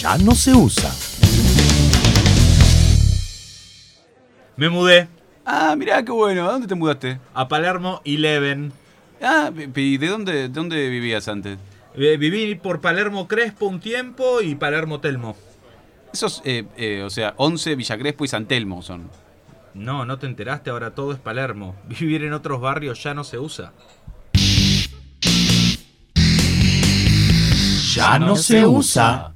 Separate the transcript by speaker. Speaker 1: ya no se usa.
Speaker 2: Me mudé
Speaker 3: Ah, mirá, qué bueno. ¿A dónde te mudaste?
Speaker 2: a Palermo 11.
Speaker 3: Ah, ¿y de dónde, de dónde vivías antes?
Speaker 2: Eh, Viví por Palermo Crespo un tiempo y Palermo Telmo.
Speaker 3: Esos, eh, eh, o sea, 11, Villa Crespo y San Telmo son.
Speaker 2: No, no te enteraste, ahora todo es Palermo. Vivir en otros barrios ya no se usa.
Speaker 1: Ya no se usa.